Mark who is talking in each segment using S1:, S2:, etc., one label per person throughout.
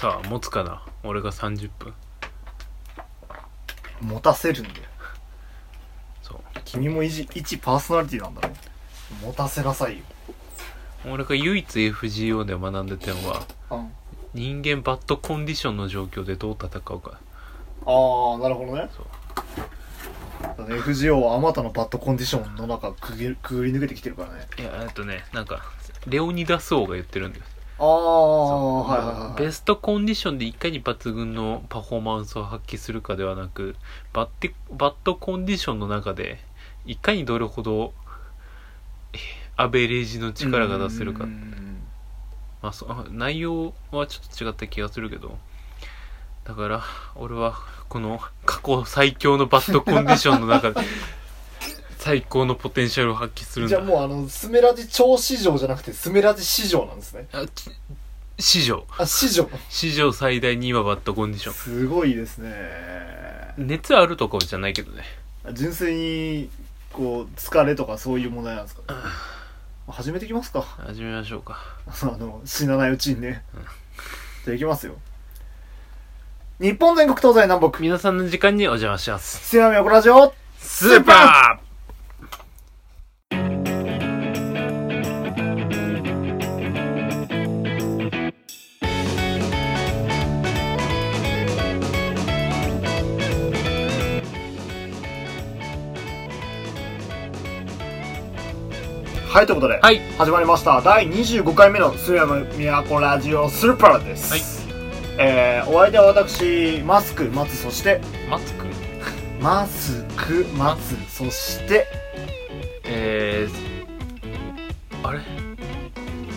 S1: さあ持つかな俺が30分
S2: 持たせるんだよ
S1: そう
S2: 君も一一パーソナリティなんだろ持たせなさいよ
S1: 俺が唯一 FGO で学んだ点は
S2: あ
S1: 人間バッドコンディションの状況でどう戦うか
S2: あなるほどね
S1: そう
S2: だね FGO はあまたのバッドコンディションの中くぐくぐり抜けてきてるからね
S1: いやえっとねなんかレオニダス王が言ってるんだよ
S2: ああはいはいはい
S1: ベストコンディションでいかに抜群のパフォーマンスを発揮するかではなくバッテバッドコンディションの中でいかにどれほどえアベレージの力が出せるか
S2: うん
S1: まあ、そあ内容はちょっと違った気がするけどだから俺はこの過去最強のバッドコンディションの 中で最高のポテンシャルを発揮するん
S2: じゃ
S1: だ
S2: あもうあのスメラジ超市場じゃなくてスメラジ市場なんですね
S1: あち史上
S2: あ市場
S1: 史上最大に今バッドコンディション
S2: すごいですね
S1: 熱あるとかじゃないけどね
S2: 純粋にこう疲れとかそういう問題なんですか始めていきますか
S1: 始めましょうか
S2: あの死なないうちにねじゃあいきますよ日本全国東西南北
S1: 皆さんの時間にお邪魔します
S2: 津波をこラジオ
S1: スーパー
S2: はいということで、
S1: はい
S2: 始まりました第25回目の「スヤムみやこラジオスーパー」です、
S1: はい
S2: えーお相手は私マスク松そして
S1: マツくん
S2: マスク松そして
S1: えー、あれ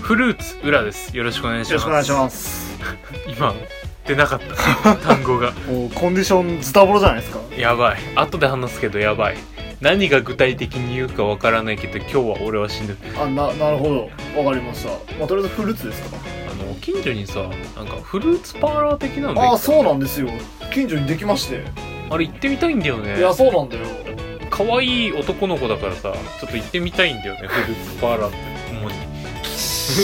S1: フルーツ裏ですよろしくお願いし
S2: よ
S1: ます
S2: ろしくお願いします
S1: 今出なかった単語が
S2: もうコンディションズタボロじゃないですか
S1: やばい後で話すけどやばい何が具体的に言うかわからないけど今日は俺は死ぬ
S2: あななるほどわかりました、まあ、とりあえずフルーツですか
S1: あの近所にさなんかフルーツパーラー的なのできた
S2: ああそうなんですよ近所にできまして、
S1: あれ行ってみたいんだよね
S2: いやそうなんだよ
S1: 可愛い男の子だからさちょっと行ってみたいんだよねフルーツパーラーってもう 飛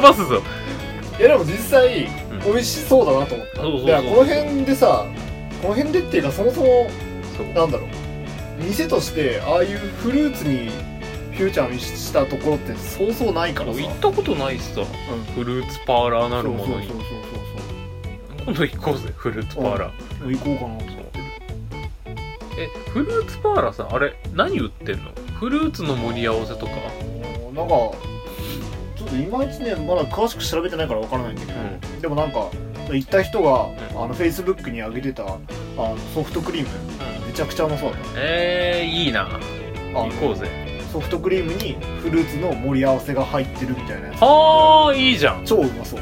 S1: ばすぞ
S2: いやでも実際、
S1: ん
S2: 美味しそうだなと思った
S1: そうそうそう
S2: いやこの辺でさこの辺でっていうかそもそも
S1: そう
S2: なんだろう店としてああいうフルーツにフューチャーにしたところってそうそうないからさ、
S1: 行ったことないしさ
S2: うん
S1: フルーツパーラーなる
S2: そうそう
S1: も
S2: そ
S1: の
S2: う
S1: に
S2: そう
S1: 今度行こうぜフルーツパーラー
S2: そうそう行こうかなと
S1: そうえフルーツパーラーさんあれ何売ってんのフルーツの盛り合わせとか
S2: うんなんかちょっといまいちねまだ詳しく調べてないからわからないんだけど、
S1: う
S2: でもなんか行った人が、
S1: ん
S2: あのフェイスブックに上げてたあのソフトクリームめちゃくちゃうまそうだっ
S1: えー、いいな
S2: たあ
S1: 行
S2: の
S1: こうぜ
S2: ソフトクリームにフルーツの盛り合わせが入ってるみたいなやつ
S1: はあいいじゃん
S2: 超うまそう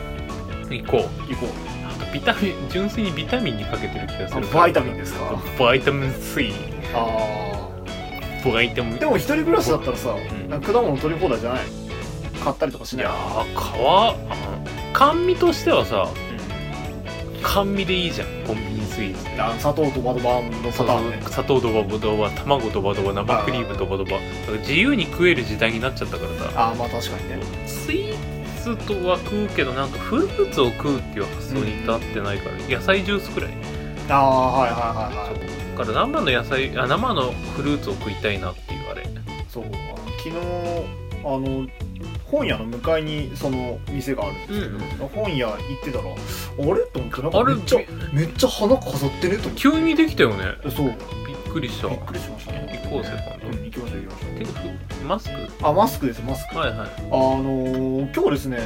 S1: 行こう
S2: 行こう
S1: あとビタミン純粋にビタミンにかけてる気がす
S2: あ
S1: る
S2: バイタミンですか
S1: バイタミン C
S2: あ
S1: バイタミン
S2: ーでも一人暮らしだったらさ、
S1: ん
S2: なんか果物取り放題じゃない買ったりとかし
S1: い
S2: ない
S1: やー皮あ甘味としてはさ甘味でいいじゃんコンビニスイーツ
S2: あの砂糖とバドバンのパターンね
S1: 砂糖ドバドバ卵ドバドバ生クリームドバドバだから自由に食える時代になっちゃったからさ
S2: あーまあ確かにね
S1: スイーツとは食うけどなんかフルーツを食うっていう発想に至ってないから、野菜ジュースくらい
S2: ああはいはいはいはい
S1: だから生の野菜あ生のフルーツを食いたいなっていうあれ
S2: そうあの昨日あの本屋の向かいにその店があるんですけど、本屋行ってたらあれと思ってなんか
S1: あ
S2: め
S1: れ
S2: っちゃめっちゃ花飾ってねと思って
S1: 急にできたよね
S2: そう
S1: びっくりした
S2: びっ
S1: 行
S2: くりしましたね
S1: こうぜ今
S2: うん行きましょう行きまし
S1: 度てかふマスク
S2: ょうあマスクですマスク、
S1: はいはい
S2: あのー今日ですね、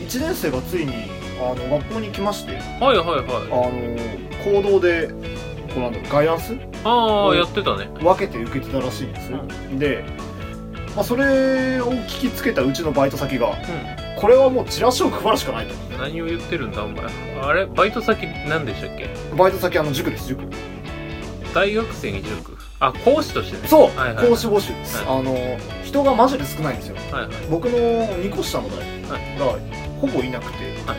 S2: 1年生がついにあの学校に来ましてあ
S1: はいはいはい
S2: のー行動でこうなんだろうガイアンス
S1: あ
S2: う
S1: あ
S2: ん
S1: やってたね
S2: 分けて受けてたらしいんですよ、で、まあ、それを聞きつけたうちのバイト先が
S1: う
S2: これはもうチラシを配るしかないと
S1: ん何を言ってるんだお前あれバイト先何でしたっけ
S2: バイト先あの塾です塾
S1: 大学生に塾あ講師としてね
S2: そう、
S1: はいはい
S2: 講師募集です、
S1: は
S2: あの人がマジで少ないんですよ
S1: はいはい
S2: 僕の2個下の代がほぼいなくて、
S1: は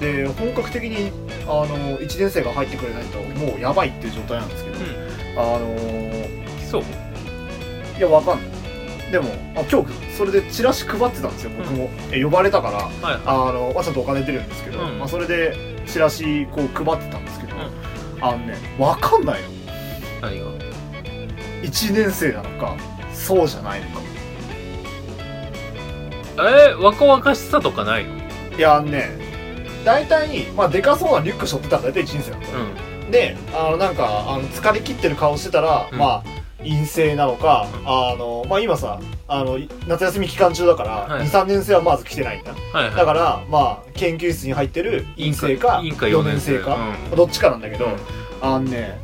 S2: で本格的にあの1年生が入ってくれないともうやばいっていう状態なんですけど、
S1: う
S2: あの
S1: ん来そう
S2: いやわかんないでもあ今日それでチラシ配ってたんですよ僕も、え呼ばれたから
S1: はいはい
S2: あの、まあ、ちょっとお金出るんですけど、
S1: うん
S2: まあ、それでチラシこう配ってたんですけど、
S1: うん
S2: あのねわかんないの
S1: 何が
S2: 1年生なのかそうじゃないのか
S1: えー、若々しさとかないのうん
S2: いやあのね大体、まあ、でかそうなリュック背負ってたら大体1年生なの、であのなんかあの疲れ切ってる顔してたら、
S1: うん
S2: まあ陰性なのか、
S1: うん
S2: あのまあ今さあのい夏休み期間中だから、
S1: はい
S2: 23年生はまず来てないんだ
S1: はいはい
S2: だからまあ研究室に入ってる陰性か
S1: 陰か
S2: 4年生か、
S1: うん
S2: どっちかなんだけど、
S1: うん
S2: あのね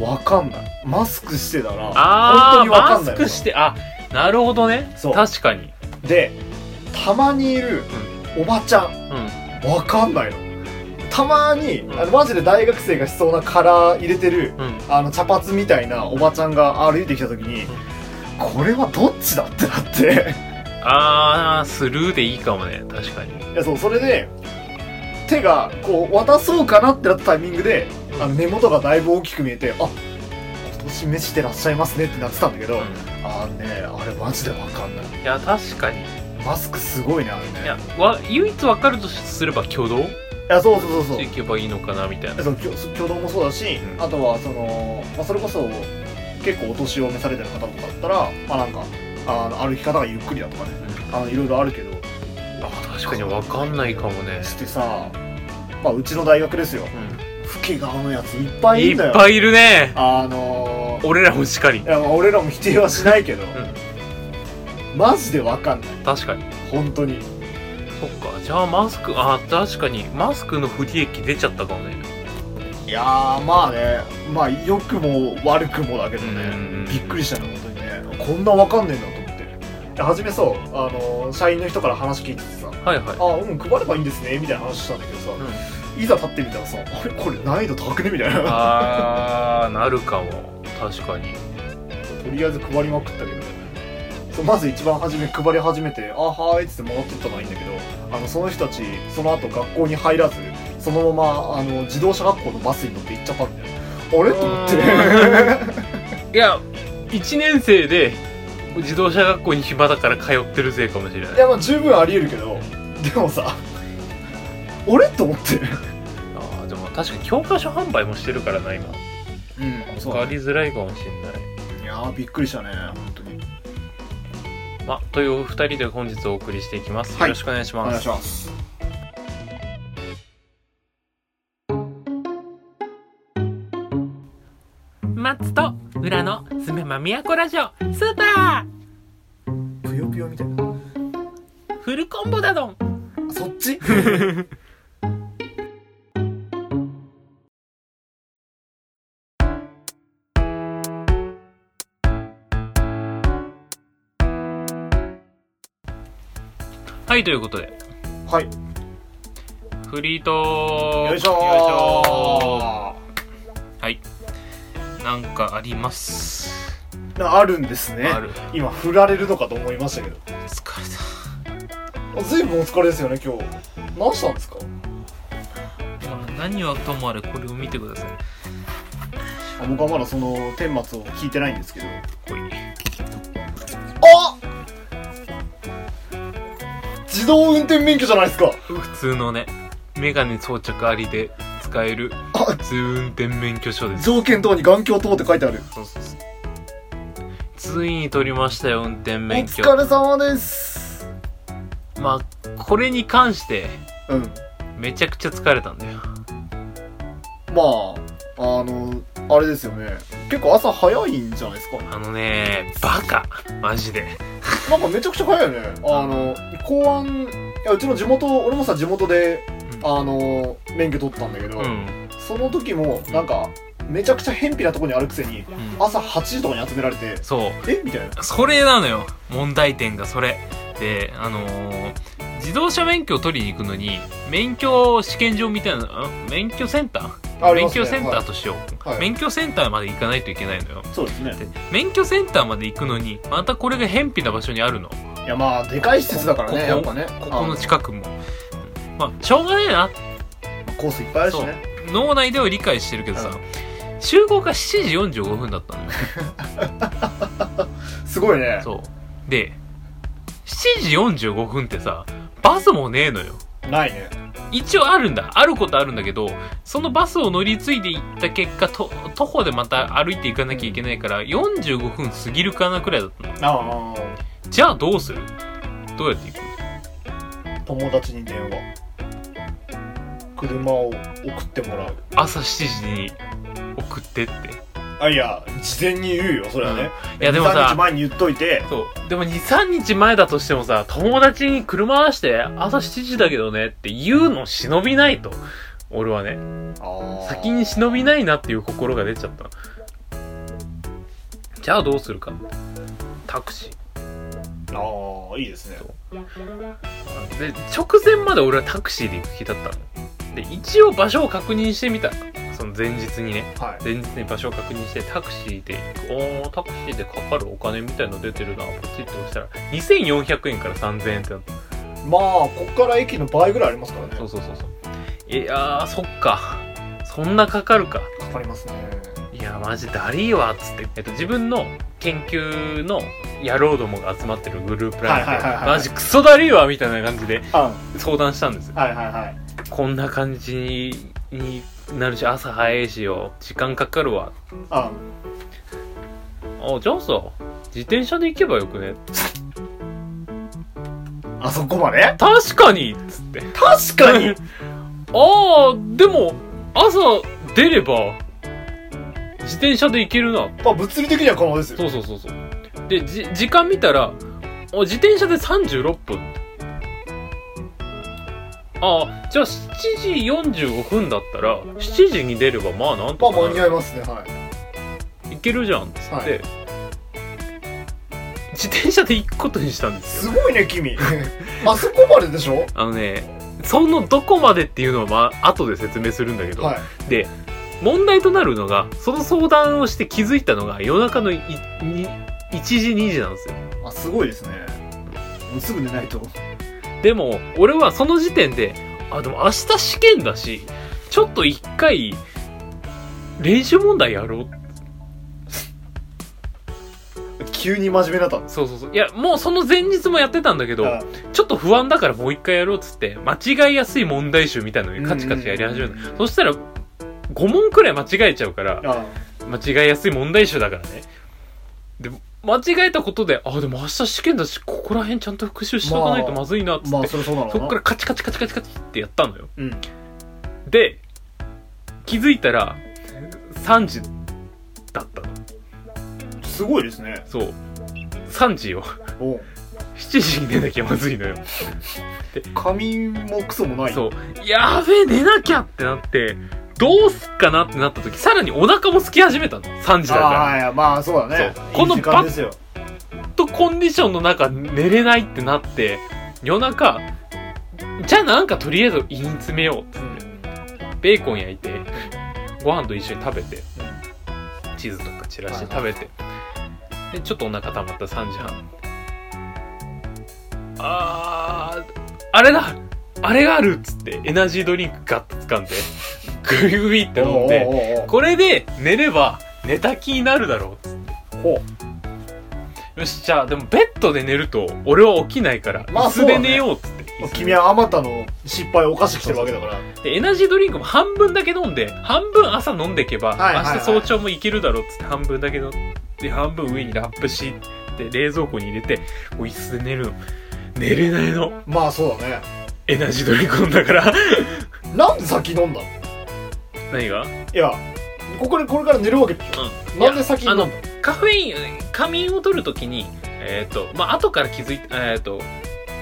S2: わかんないマスクしてたら本当
S1: あ
S2: に
S1: ー
S2: わか
S1: マ
S2: んな
S1: ス
S2: い
S1: クしてあなるほどね
S2: そう
S1: 確かに
S2: でたまにいるおばちゃん
S1: うん
S2: わかんないのたまに、
S1: ん
S2: あのマジで大学生がしそうなカラー入れてる
S1: うん
S2: あの茶髪みたいなおばちゃんが歩いてきた時に、これはどっちだってなって
S1: ああスルーでいいかもね確かに
S2: いやそうそれで手がこう渡そうかなってなったタイミングであの根元がだいぶ大きく見えてあ今年飯してらっしゃいますねってなってたんだけど、
S1: う
S2: あーねあれマジでわかんない
S1: んいや確かに
S2: マスクすごいねあれね
S1: いやわ唯一分かるとすれば挙動
S2: いやそうそうそうそ
S1: し
S2: う
S1: ていけばいいのかなみたいな
S2: その挙挙動もそうだし、
S1: うん
S2: あとはその、まあ、それこそ結構お年を召されてる方とかだったら、まあ、なんかあの歩き方がゆっくりだとかねあのいろいろあるけど
S1: あ確かに分かんないかもね
S2: してさ、まあ、うちの大学ですよ老け顔のやついっぱ
S1: うん
S2: いい
S1: い
S2: るんだよ
S1: っぱいいるね
S2: あのー、
S1: 俺らもしかり
S2: いやまあ俺らも否定はしないけど、
S1: う
S2: マジでわかんない
S1: ん確かに
S2: 本当に
S1: そっかじゃあマスクあ確かにマスクの不利益出ちゃったかもね
S2: いやーまあねまあ良くも悪くもだけどね、
S1: うん
S2: びっくりしたね本当にねこんなわかんねえんだと思っていや初めそうあの社員の人から話聞いててさ
S1: はいはい
S2: あうん配ればいいんですねみたいな話したんだけどさ、いざ立ってみたらさあれこれ難易度高くねみたいな
S1: あーなるかも確かに
S2: とりあえず配りまくったけどそうまず一番初め配り始めて「あはーい」っつって戻ってったのはいいんだけどあのその人たちその後学校に入らずそのままあの自動車学校のバスに乗って行っちゃったんだよあれと思っ
S1: う
S2: て
S1: いや1年生で自動車学校に暇だから通ってるせいかもしれない
S2: いやまあ十分ありえるけどでもさ俺と思って
S1: あーでも確かに教科書販売もしてるからな今
S2: うん
S1: 分かりづらいかもしれない
S2: いやーびっくりしたね本当に
S1: まあというお二人で本日お送りしていきます、
S2: は
S1: よ
S2: い
S1: ろしくお願いし
S2: お
S1: ます
S2: 願いします
S1: マッツと裏のすめまみやこラジオスーパ
S2: ぷよぷよみたいな
S1: ーフルコンボだどん
S2: そっち
S1: はいということで
S2: はい
S1: フリートーク
S2: よいしょー
S1: はいなんかあります
S2: なあるんですね
S1: ある
S2: 今振られるのかと思いましたけど
S1: 疲
S2: あずいぶんお疲れですよね今日何したんですか
S1: れたもう何はともあれこれを見てください
S2: あ僕はまだその顛末を聞いてないんですけど
S1: こい
S2: あ自動運転免許じゃないですか
S1: 普通のねメガネ装着ありで使える
S2: あ
S1: 普通運転免許証です
S2: 条件等に眼鏡等って書いてある
S1: そうそうそうついに取りましたよ運転
S2: お
S1: 免許
S2: 疲れ様です
S1: まあこれに関して
S2: うん
S1: めちゃくちゃ疲れたんだよ
S2: まああのあれですよね結構朝早いんじゃないですか
S1: あのねバカマジで
S2: なんかめちゃくちゃ早いよねあの公安いやうちの地元俺もさ地元で
S1: うん
S2: あの免許取ったんだけど、
S1: うん、
S2: その時もなんかめちゃくちゃ偏僻なとこにあるくせに
S1: うん、
S2: 朝8時とかに集められて
S1: そう
S2: えみたいな
S1: それなのよ問題点がそれであのー自動車免許を取りに行くのに免許試験場みたいなあ免許センター、
S2: あり
S1: 免
S2: ますね
S1: 許センターとしよう、
S2: はい
S1: 免許センターまで行かないといけないのよ
S2: そうですね
S1: で免許センターまで行くのにまたこれが偏僻な場所にあるの
S2: いやまあでかい施設だからねやっ
S1: こ
S2: ぱね
S1: ここの近くもまあしょうがねえな
S2: あのコースいっぱいあるしね
S1: 脳内では理解してるけどさ、
S2: う
S1: 集合が7時45分だったのよ
S2: すごいね
S1: そうで、7時45分ってさ、バスもねえのよ。
S2: ないね
S1: 一応あるんだ。あることあるんだけど、そのバスを乗り継いで行った結果、と徒歩でまた歩いて行かなきゃいけないから、45分過ぎるかなくらいだったの。
S2: ああ
S1: じゃあどうするどうやって行く
S2: 友達に電話車を送ってもらう
S1: 朝7時に送ってって。
S2: あいや事前に言うよそれはね、
S1: いやでもさ
S2: 2 3日前に言っといて
S1: そう。でも2、3日前だとしてもさ、友達に車出して、朝7時だけどねって言うの忍びないと。俺はね、先に忍びないなっていう心が出ちゃった。じゃあどうするか。タクシー。
S2: ああいいですね
S1: で、直前まで俺はタクシーで行く気だったの。で、一応場所を確認してみた。その前日にね。
S2: はい
S1: 前日に場所を確認してタクシーでおータクシーでかかるお金みたいの出てるなポチッと押したら2400円から3000円ってなった
S2: まあこっから駅の倍ぐらいありますからね
S1: そうそうそうそういやーそっかそんなかかるか
S2: かかりますね
S1: いやマジだりーわっつって、えっと、自分の研究の野郎どもが集まってるグループラインで、
S2: はいはいはいはい
S1: マジクソだりーわみたいな感じで
S2: あ
S1: 相談したんですよ
S2: はいはいはい
S1: こんな感じになるし朝早いしよ時間かかるわあ
S2: あ
S1: じゃあさ自転車で行けばよくね
S2: あそこまで
S1: 確かにっつって
S2: 確かに
S1: ああでも朝出れば自転車で行けるな
S2: まあ物理的には可能ですよ
S1: そうそうそうそうでじ時間見たらあ自転車で36分ああじゃあ7時45分だったら7時に出ればまあなん
S2: ま
S1: と
S2: あ間
S1: か
S2: に
S1: な
S2: 合
S1: る
S2: いますねはい
S1: 行けるじゃんっつって、
S2: はい
S1: 自転車で行くことにしたんです
S2: す
S1: よ
S2: ごいね君 あそこまででしょ
S1: あのねそのどこまでっていうのはまあ後で説明するんだけど、
S2: はい
S1: で問題となるのがその相談をして気づいたのが夜中のいに1時2時なんですよ
S2: あすごいですねもうすぐ寝ないと
S1: でも俺はその時点であでも明日試験だしちょっと一回練習問題やろう
S2: 急に真面目だったんです
S1: そうそうそういやもうその前日もやってたんだけど
S2: はい
S1: ちょっと不安だからもう一回やろうっつって間違いやすい問題集みたいのにカチカチやり始め
S2: う
S1: た
S2: ん
S1: そしたら5問くらい間違えちゃうから
S2: あ
S1: 間違いやすい問題集だからね。で、間違えたことで、あ、でも明日試験だし、ここら辺ちゃんと復習しとかないとまずいなっつって、
S2: まあそれそうなのか
S1: そ
S2: な
S1: っからカチカチカチカチカチってやったのよ。
S2: うん
S1: で、気づいたら、3時だったの。
S2: すごいですね
S1: そう。3時よ。
S2: お
S1: 7時に寝なきゃまずいのよ。
S2: 髪もクソもない
S1: そう。やべえ、寝なきゃってなって、どうすっかなってなった時、さらにお腹も空き始めたの。3時だから。
S2: ああいやまあそうだね
S1: そう
S2: いい時
S1: このバ
S2: 間ですよ
S1: ずっとコンディションの中寝れないってなって夜中じゃあなんかとりあえず胃に詰めようベーコン焼いてご飯と一緒に食べてチーズとか散らして食べてでちょっとお腹たまった3時半あーあれだあれがあるっつってエナジードリンクガッと掴んでグイグイって飲ん
S2: お
S1: で
S2: うおうおう
S1: これで寝れば寝た気になるだろうっつって
S2: ほ
S1: よし、じゃあ、でもベッドで寝ると、俺は起きないから、
S2: まあ
S1: 椅子で寝ようっつって。
S2: う君はあまたの失敗を犯してきてるわけだから
S1: でエナジードリンクも半分だけ飲んで、半分朝飲んでいけば、
S2: はいはいはい
S1: 明日早朝もいけるだろうっつって、半分だけ飲んで、半分上にラップし、で、冷蔵庫に入れて、もう椅子で寝るの。寝れないの。
S2: まあそうだね
S1: エナジードリンク飲んだから。
S2: なんで先飲んだの
S1: 何が
S2: いやここでこれから寝るわけでし
S1: うん。
S2: ょなんで
S1: い
S2: 先に
S1: や
S2: 飲
S1: あ
S2: んだ
S1: の
S2: の、
S1: カフェイン、仮眠を取るときに、えっ、と、まあ、後から気づいて、えっ、と、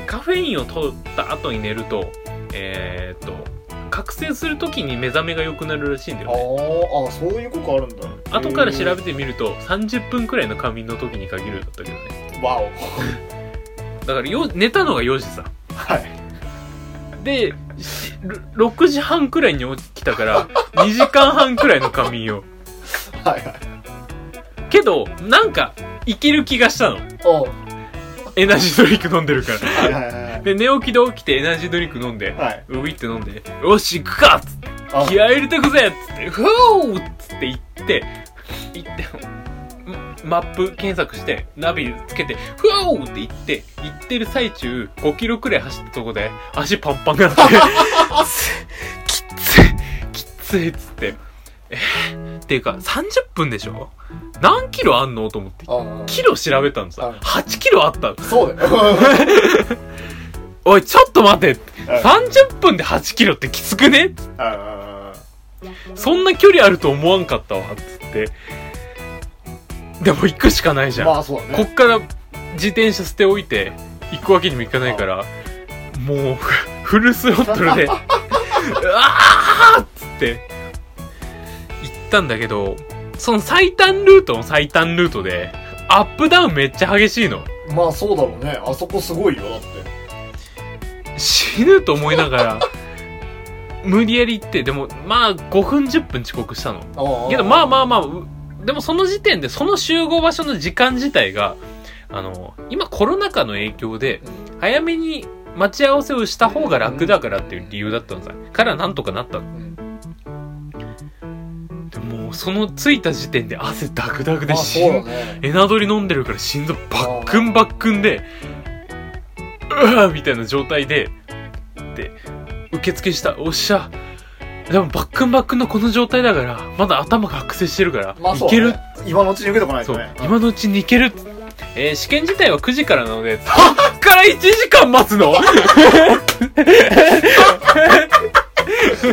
S1: カフェインを取った後に寝ると、えっ、と、覚醒するときに目覚めが良くなるらしいんだよね。
S2: あーあそういう効果あるんだ
S1: 後から調
S2: へ
S1: べてみると、30分くらいの仮眠の時に限るだったけどね。
S2: ーわお
S1: だからよ、寝たのが4時さ。
S2: はい
S1: で、しろ6時半くらいに起きたから、2時間半くらいの仮眠を。
S2: はいはい
S1: けど、なんか、いける気がしたの。
S2: おう
S1: エナジードリンク飲んでるから。
S2: はいはいはいはい
S1: で、寝起きで起きてエナジードリンク飲んで、
S2: はい
S1: ウィって飲んで、よし、行くかっつって、
S2: あ
S1: 気合い入れてくぜっつって、ふーっつって行って、行って、マップ検索して、ナビつけて、ふわおーって行って、行ってる最中、5キロくらい走ったとこで、足パンパンになって、きっつい、きっついっつって。えー、っていうか、30分でしょ何キロあんのと思って。
S2: ああ
S1: キロ調べたのさ
S2: う、ん
S1: 8キロあったの。
S2: そ うだよ
S1: おい、ちょっと待てって
S2: うん
S1: !30 分で8キロってきつくね
S2: あ
S1: そんな距離あると思わんかったわ、つって。でも行くしかないじ
S2: あ
S1: ゃん。
S2: まあそうだ
S1: こ
S2: ね
S1: っから自転車捨ておいて、行くわけにもいかないから、もう、フルスロットル で、うわーっつって、行ったんだけど、その最短ルートの最短ルートで、アップダウンめっちゃ激しいの。
S2: まあそうだろうねあそこすごいよだって
S1: 死ぬと思いながら無理やり行ってでもまあ5分10分遅刻したの
S2: あ
S1: けどまあまあまあうでもその時点でその集合場所の時間自体があの今コロナ禍の影響で早めに待ち合わせをした方が楽だからっていう理由だったのさからなんとかなったのでもうその着いた時点で汗ダクダクで
S2: あ
S1: 死
S2: そうだ
S1: ぬ
S2: ね
S1: エナドリ飲んでるから心臓バックンバックンで、うわーみたいな状態で、で、受付した、おっしゃ。でもバックンバックンのこの状態だから、まだ頭が覚醒してるから、
S2: まあ
S1: い
S2: そうだ
S1: ける
S2: ね。今のうちに受けとかない
S1: そ
S2: と
S1: う、
S2: ね
S1: 今のうちにいける。えー試験自体は9時からなので、そっから1時間待つの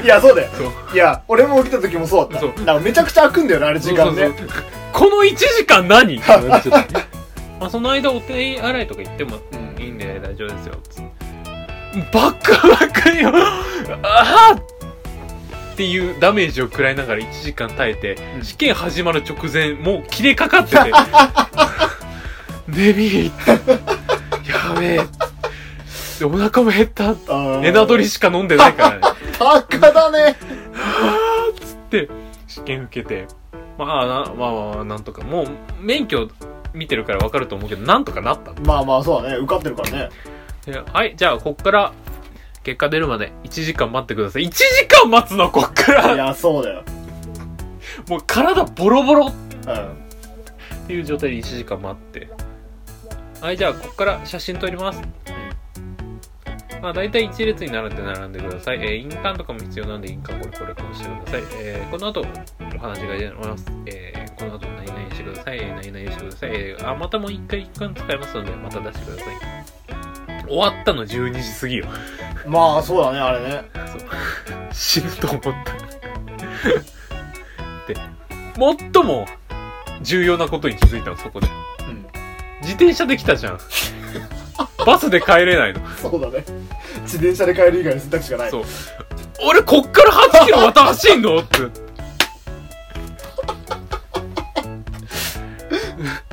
S2: いやそうだよ
S1: そう
S2: いや俺も受けた時もそうだっ
S1: そう
S2: たなんかめちゃくちゃ開くんだよねあれ時間ね
S1: そうそうそうこの1時間 何ってなっちゃってまあその間お手洗いとか行っても
S2: うん
S1: いいんで大丈夫ですよ。つってバッカバカよああっていうダメージを食らいながら1時間耐えて、
S2: うん
S1: 試験始まる直前、もう切れかかって て、ネビーってやべえでお腹も減った。
S2: あー
S1: エナドリしか飲んでないからね。
S2: バカだね
S1: はぁーっつって、試験受けて、まあ、なまあまあまあ、なんとか、もう、免許見てるからわかると思うけど、なんとかなった。
S2: まあまあそうだね受かってる からね
S1: ではい、じゃあ、こっから、結果出るまで1時間待ってください。1時間待つの、こっか
S2: い
S1: ら
S2: やそうだよ
S1: もう体ボロボロっ
S2: うん
S1: ていう状態で1時間待って。はい、じゃあ、こっから写真撮ります。まあ、大体1列に並んで並んでください。えー印鑑とかも必要なんで、印鑑これこれこうしてください。えーこの後、お話が出ます。えーこの後、何々してください。えー何々してください。えーあ、またもう一回印鑑使いますので、また出してください。終わったの12時過ぎよ。
S2: まあそうだねあれね
S1: 死ぬと思った。で、最も重要なことに気づいたの、そこで。
S2: うん
S1: 自転車で来たじゃ ん。バスで帰れないの。
S2: そうだね自転車で帰る以外の選択肢がない
S1: そう。俺、こっから8キロまた走んのって。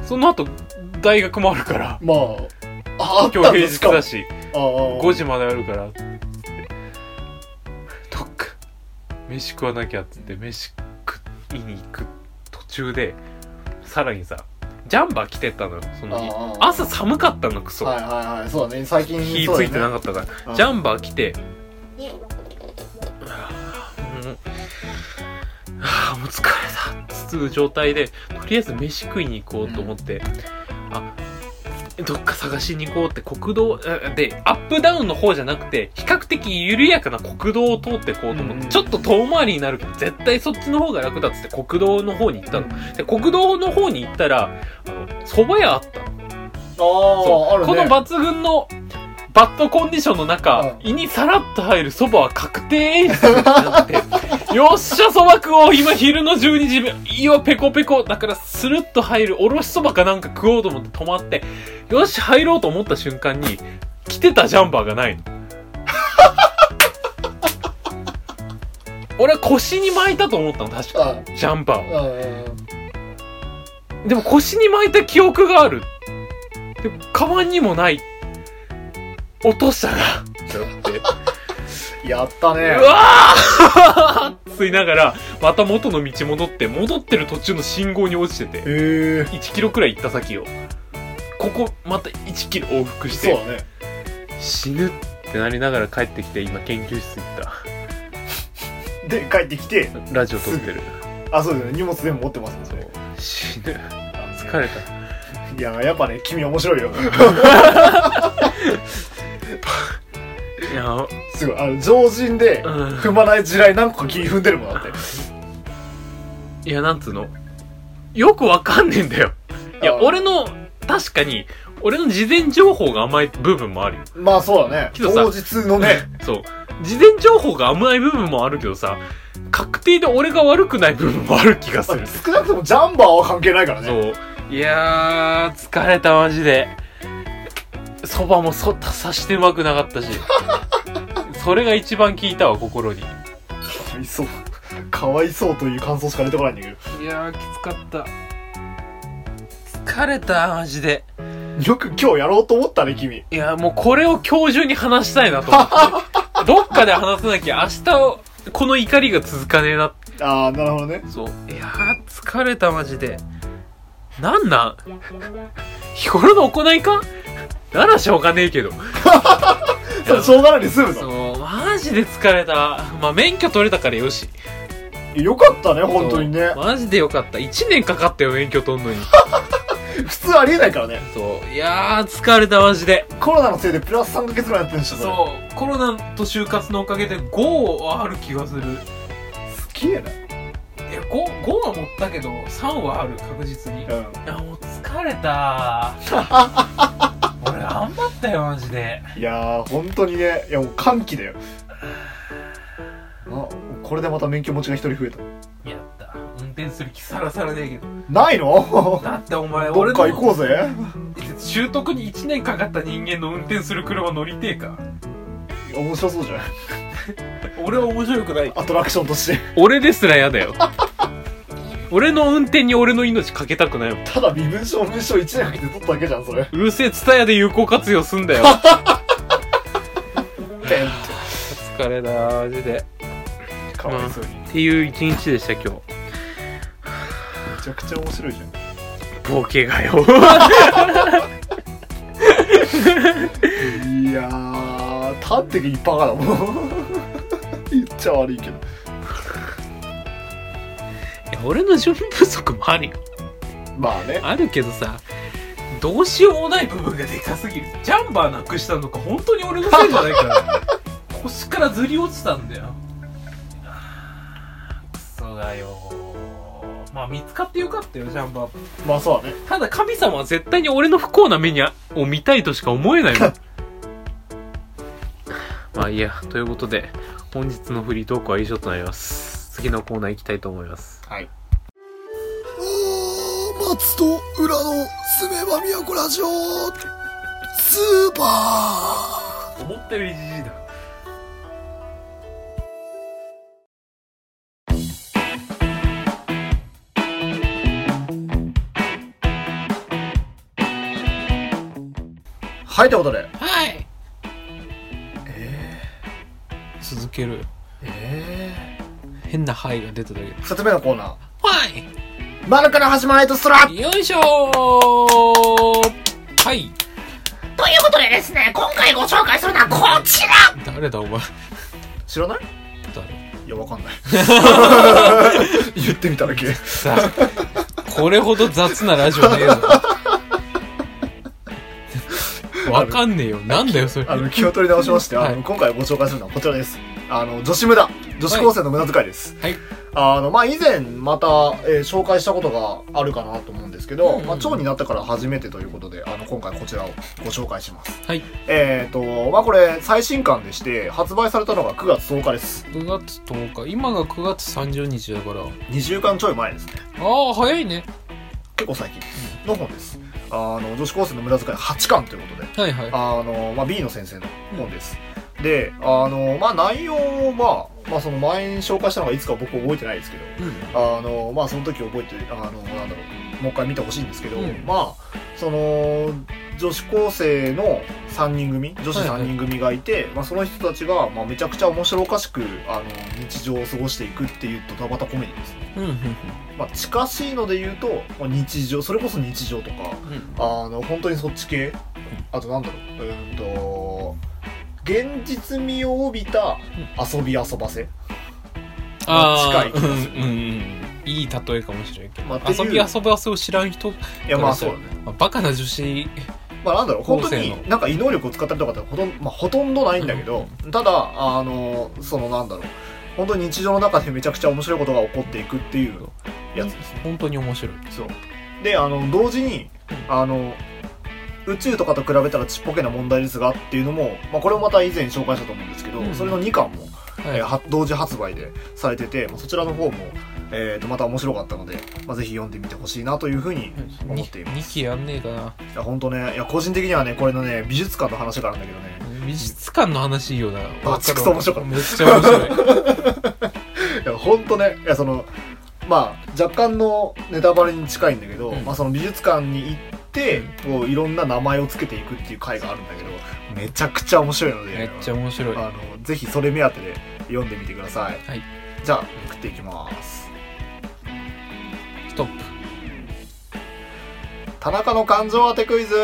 S1: その後、大学もあるから。
S2: まあああった
S1: 今
S2: ん
S1: 日
S2: で
S1: 平
S2: す
S1: 日
S2: か
S1: だし。
S2: ああ
S1: 5時まであるからっつってどっか飯食わなきゃっつって飯食いに行く途中でさらにさジャンバー着てったのよその日
S2: ああああ
S1: 朝寒かったのクソ、
S2: はいはいはいそうだね最近
S1: 火
S2: そう
S1: つ
S2: だ
S1: い
S2: よ
S1: て
S2: ね
S1: なかったから、
S2: うん
S1: ジャンバー着て、もうはあもう疲れたっつう状態でとりあえず飯食いに行こうと思って、あどっか探しに行こうって国道あでアップダウンの方じゃなくて比較的緩やかな国道を通ってこうと思って、
S2: うん
S1: ちょっと遠回りになるけど絶対そっちの方が楽だっつって国道の方に行ったの、で国道の方に行ったらあの蕎麦屋あったの
S2: あああるね
S1: この抜群のバッドコンディションの中、
S2: う
S1: 胃にさらっと入る蕎麦は確定演出になって、 よっしゃ蕎麦食おう今昼の12時目、胃はペコペコ、だからスルッと入るおろし蕎麦かなんか食おうと思って止まって、よし入ろうと思った瞬間に、着てたジャンバーがないの。 俺は腰に巻いたと思ったの、確か。
S2: あ
S1: ジャンバーを。
S2: ああ
S1: でも腰に巻いた記憶がある。でも、カバンにもない。落としたな。って思って。
S2: やったね
S1: うわー吸いながら、また元の道戻って、戻ってる途中の信号に落ちてて、
S2: へえ
S1: 1キロくらい行った先を。ここ、また1キロ往復し
S2: そう
S1: て、
S2: だね
S1: 死ぬってなりながら帰ってきて、今研究室行っ
S2: で帰ってきて
S1: た。ラジオ撮ってる。
S2: あそうですね荷物全部持ってますもん
S1: そう。死ぬ。
S2: あのね
S1: 疲れた
S2: いややっぱね君 面白いよ
S1: いや
S2: すごいあの常人で
S1: うん
S2: 踏まない地雷何個か切り踏んでるもんだって
S1: いやなんつうのよくわかんねえんだよいや
S2: あー
S1: 俺の確かに俺の事前情報が甘い部分もあるよ
S2: まあそうだね
S1: けどさ
S2: 当日のね
S1: そう事前情報が甘い部分もあるけどさ確定で俺が悪くない部分もある気がする
S2: 少なくともジャンバーは関係ないからね
S1: そういやー疲れたマジでそばもそたさしてうまくなかった しそれが一番効いたわ心にい
S2: かわいそうかわいそうという感想しか出てこないんだけ
S1: やーきつかった疲れたマジで
S2: どよく今日やろうと思ったね君
S1: いやーもうこれを今日中に話したいなと思ってどっかで話さなきゃ明日をこの怒りが続かねえなって
S2: ああなるほどね
S1: そういやー疲れたマジでなんなん日頃の行いかならしょうがねえ けど
S2: そうしょうがないで済むの
S1: そう、マジで疲れた。まあ、免許取れたからよし。
S2: よかったね本当にね
S1: そうマジでよかった。1年かかったよ、免許取んのに。
S2: 普通ありえないからね
S1: そう。いやー、疲れた、マジで。
S2: コロナのせいでプラス3ヶ月ぐらいやってるんでしょそれ
S1: そう。コロナと就活のおかげで5はある気がする。い
S2: すげえな
S1: や、5、5は持ったけど、3はある、確実に。い
S2: うん
S1: や、もう疲れた。 俺、頑張ったよ、マジで。
S2: いやー本当にねいやもう歓喜だよあこれでまた免許持ちが一人増えた
S1: やった。運転する気さらさらねえけど。
S2: ないの
S1: だってお前、
S2: ど
S1: 俺
S2: っ
S1: の
S2: か行こうぜ
S1: 習得に1年かかった人間の運転する車乗りてえか
S2: 面白そうじゃん
S1: 俺は面白くない
S2: アトラクションとして
S1: 俺ですら嫌だよ 俺の運転に俺の命かけたくないもん
S2: ただ身分証明書1年かけて取っただけじゃんそれ
S1: うるせえツタヤで有効活用すん だよ疲れだマジで
S2: かわいそうに
S1: っていう一日でした今日
S2: めちゃくちゃ面白いじゃん
S1: ボケがよ
S2: いやー端的にバカだもん 言っちゃ悪いけど
S1: 俺の準備不足もあるよ
S2: まあね
S1: あるけどさどうしようもない部分がでかすぎるジャンバーなくしたのか本当に俺のせいじゃないから腰からずり落ちたんだよあークソがよまあ見つかってよかったよジャンバー
S2: まあそうだね
S1: ただ神様は絶対に俺の不幸な目にあを見たいとしか思えないもんまあいいやということで本日のフリートークは以上となります次のコーナー行きたいと思います
S2: はい
S3: 松と裏のすめばみやこラジオスーパー
S1: 思ったよりじじいだ
S2: はいということで
S1: はい続ける
S2: え
S1: 変な「はい」が出ただけで
S2: ー、2つ目のコーナー
S1: 「は
S2: 「丸から始まらないとストラッ
S1: い」よいしょーはい
S4: ということでですね、今回ご紹介するのはこちら
S1: 誰だお前
S2: 知らない
S1: 誰
S2: いやわかんない 言ってみただけ
S1: さあこれほど雑なラジオねえぞ わかんねえよなんだよそれ
S2: あの気を取り直しまして、あの
S1: はい
S2: 今回ご紹介するのはこちらです。あの女子無駄、女子高生の無駄遣いです。
S1: はい
S2: あのまあ以前また、えー紹介したことがあるかなと思うんですけど、
S1: うん
S2: まあ腸になってから初めてということで、あの今回こちらをご紹介します。
S1: はい
S2: えっ、とまあこれ最新刊でして発売されたのが9月10日です。
S1: 9月10日今が9月30日だからあ
S2: 2週間ちょい前ですね。
S1: あ早いね
S2: 結構最近の本です。あの女子高生の無駄遣い8巻ということで。
S1: はいはい
S2: あの、まあ、B の先生の本です。で、あの、まあ、内容を、まあ、まあ、その前に紹介したのがいつか僕覚えてないですけど、あの、まあ、その時覚えて、あの、なんだろう、もう一回見てほしいんですけど、
S1: うん
S2: まあ、その、女子高生の3人組、女子
S1: はい
S2: 3
S1: はい
S2: 人組がいて、まあ、その人たちが、まあ、めちゃくちゃ面白おかしく、あの、日常を過ごしていくっていうドタバタコメディですね。
S1: うんうんうん
S2: まあ、近しいので言うと、まあ日常、それこそ日常とか、
S1: うん
S2: あの本当にそっち系あとなんだろううーんと現実味を帯びた遊び遊ばせ
S1: ああ
S2: 近い気がする
S1: うんうんうんいい例えかもしれんけど、
S2: まあって
S1: 遊
S2: いう
S1: び遊ばせを知らん人
S2: いやまあそうだね
S1: まあバカな女子
S2: まあなんだろう
S1: 後
S2: 本当
S1: 世の
S2: になんか異能力を使ったりとかってほとんど,、まあ、ほとんどないんだけど、ただあのそのなんだろう本当に日常の中でめちゃくちゃ面白いことが起こっていくっていうやつですね
S1: 本当に面白い
S2: そうであの同時にあの宇宙とかと比べたらちっぽけな問題ですがっていうのも、まあ、これもまた以前紹介したと思うんですけど、
S1: うん
S2: それの2巻も、
S1: はい
S2: えーは同時発売でされてて、まあ、そちらの方も、えー、とまた面白かったので、まあ、ぜひ読んでみてほしいなというふうに思っています
S1: 2期やんねえかない
S2: や本当ねいや個人的にはねこれのね美術館の話があるんだけどね
S1: 美術館の話いいよな
S2: バチクソ面白かった
S1: めっちゃ面白い
S2: いや本当ねいやそのまあ若干のネタバレに近いんだけど、
S1: うん
S2: まあ、その美術館に行って、こういろんな名前をつけていくっていう回があるんだけどめちゃくちゃ面白いので
S1: めっちゃ面白い
S2: あのぜひそれ目当てで読んでみてください、
S1: はい
S2: じゃあめくっていきます
S1: ストップ
S2: 田中の感情当てクイズ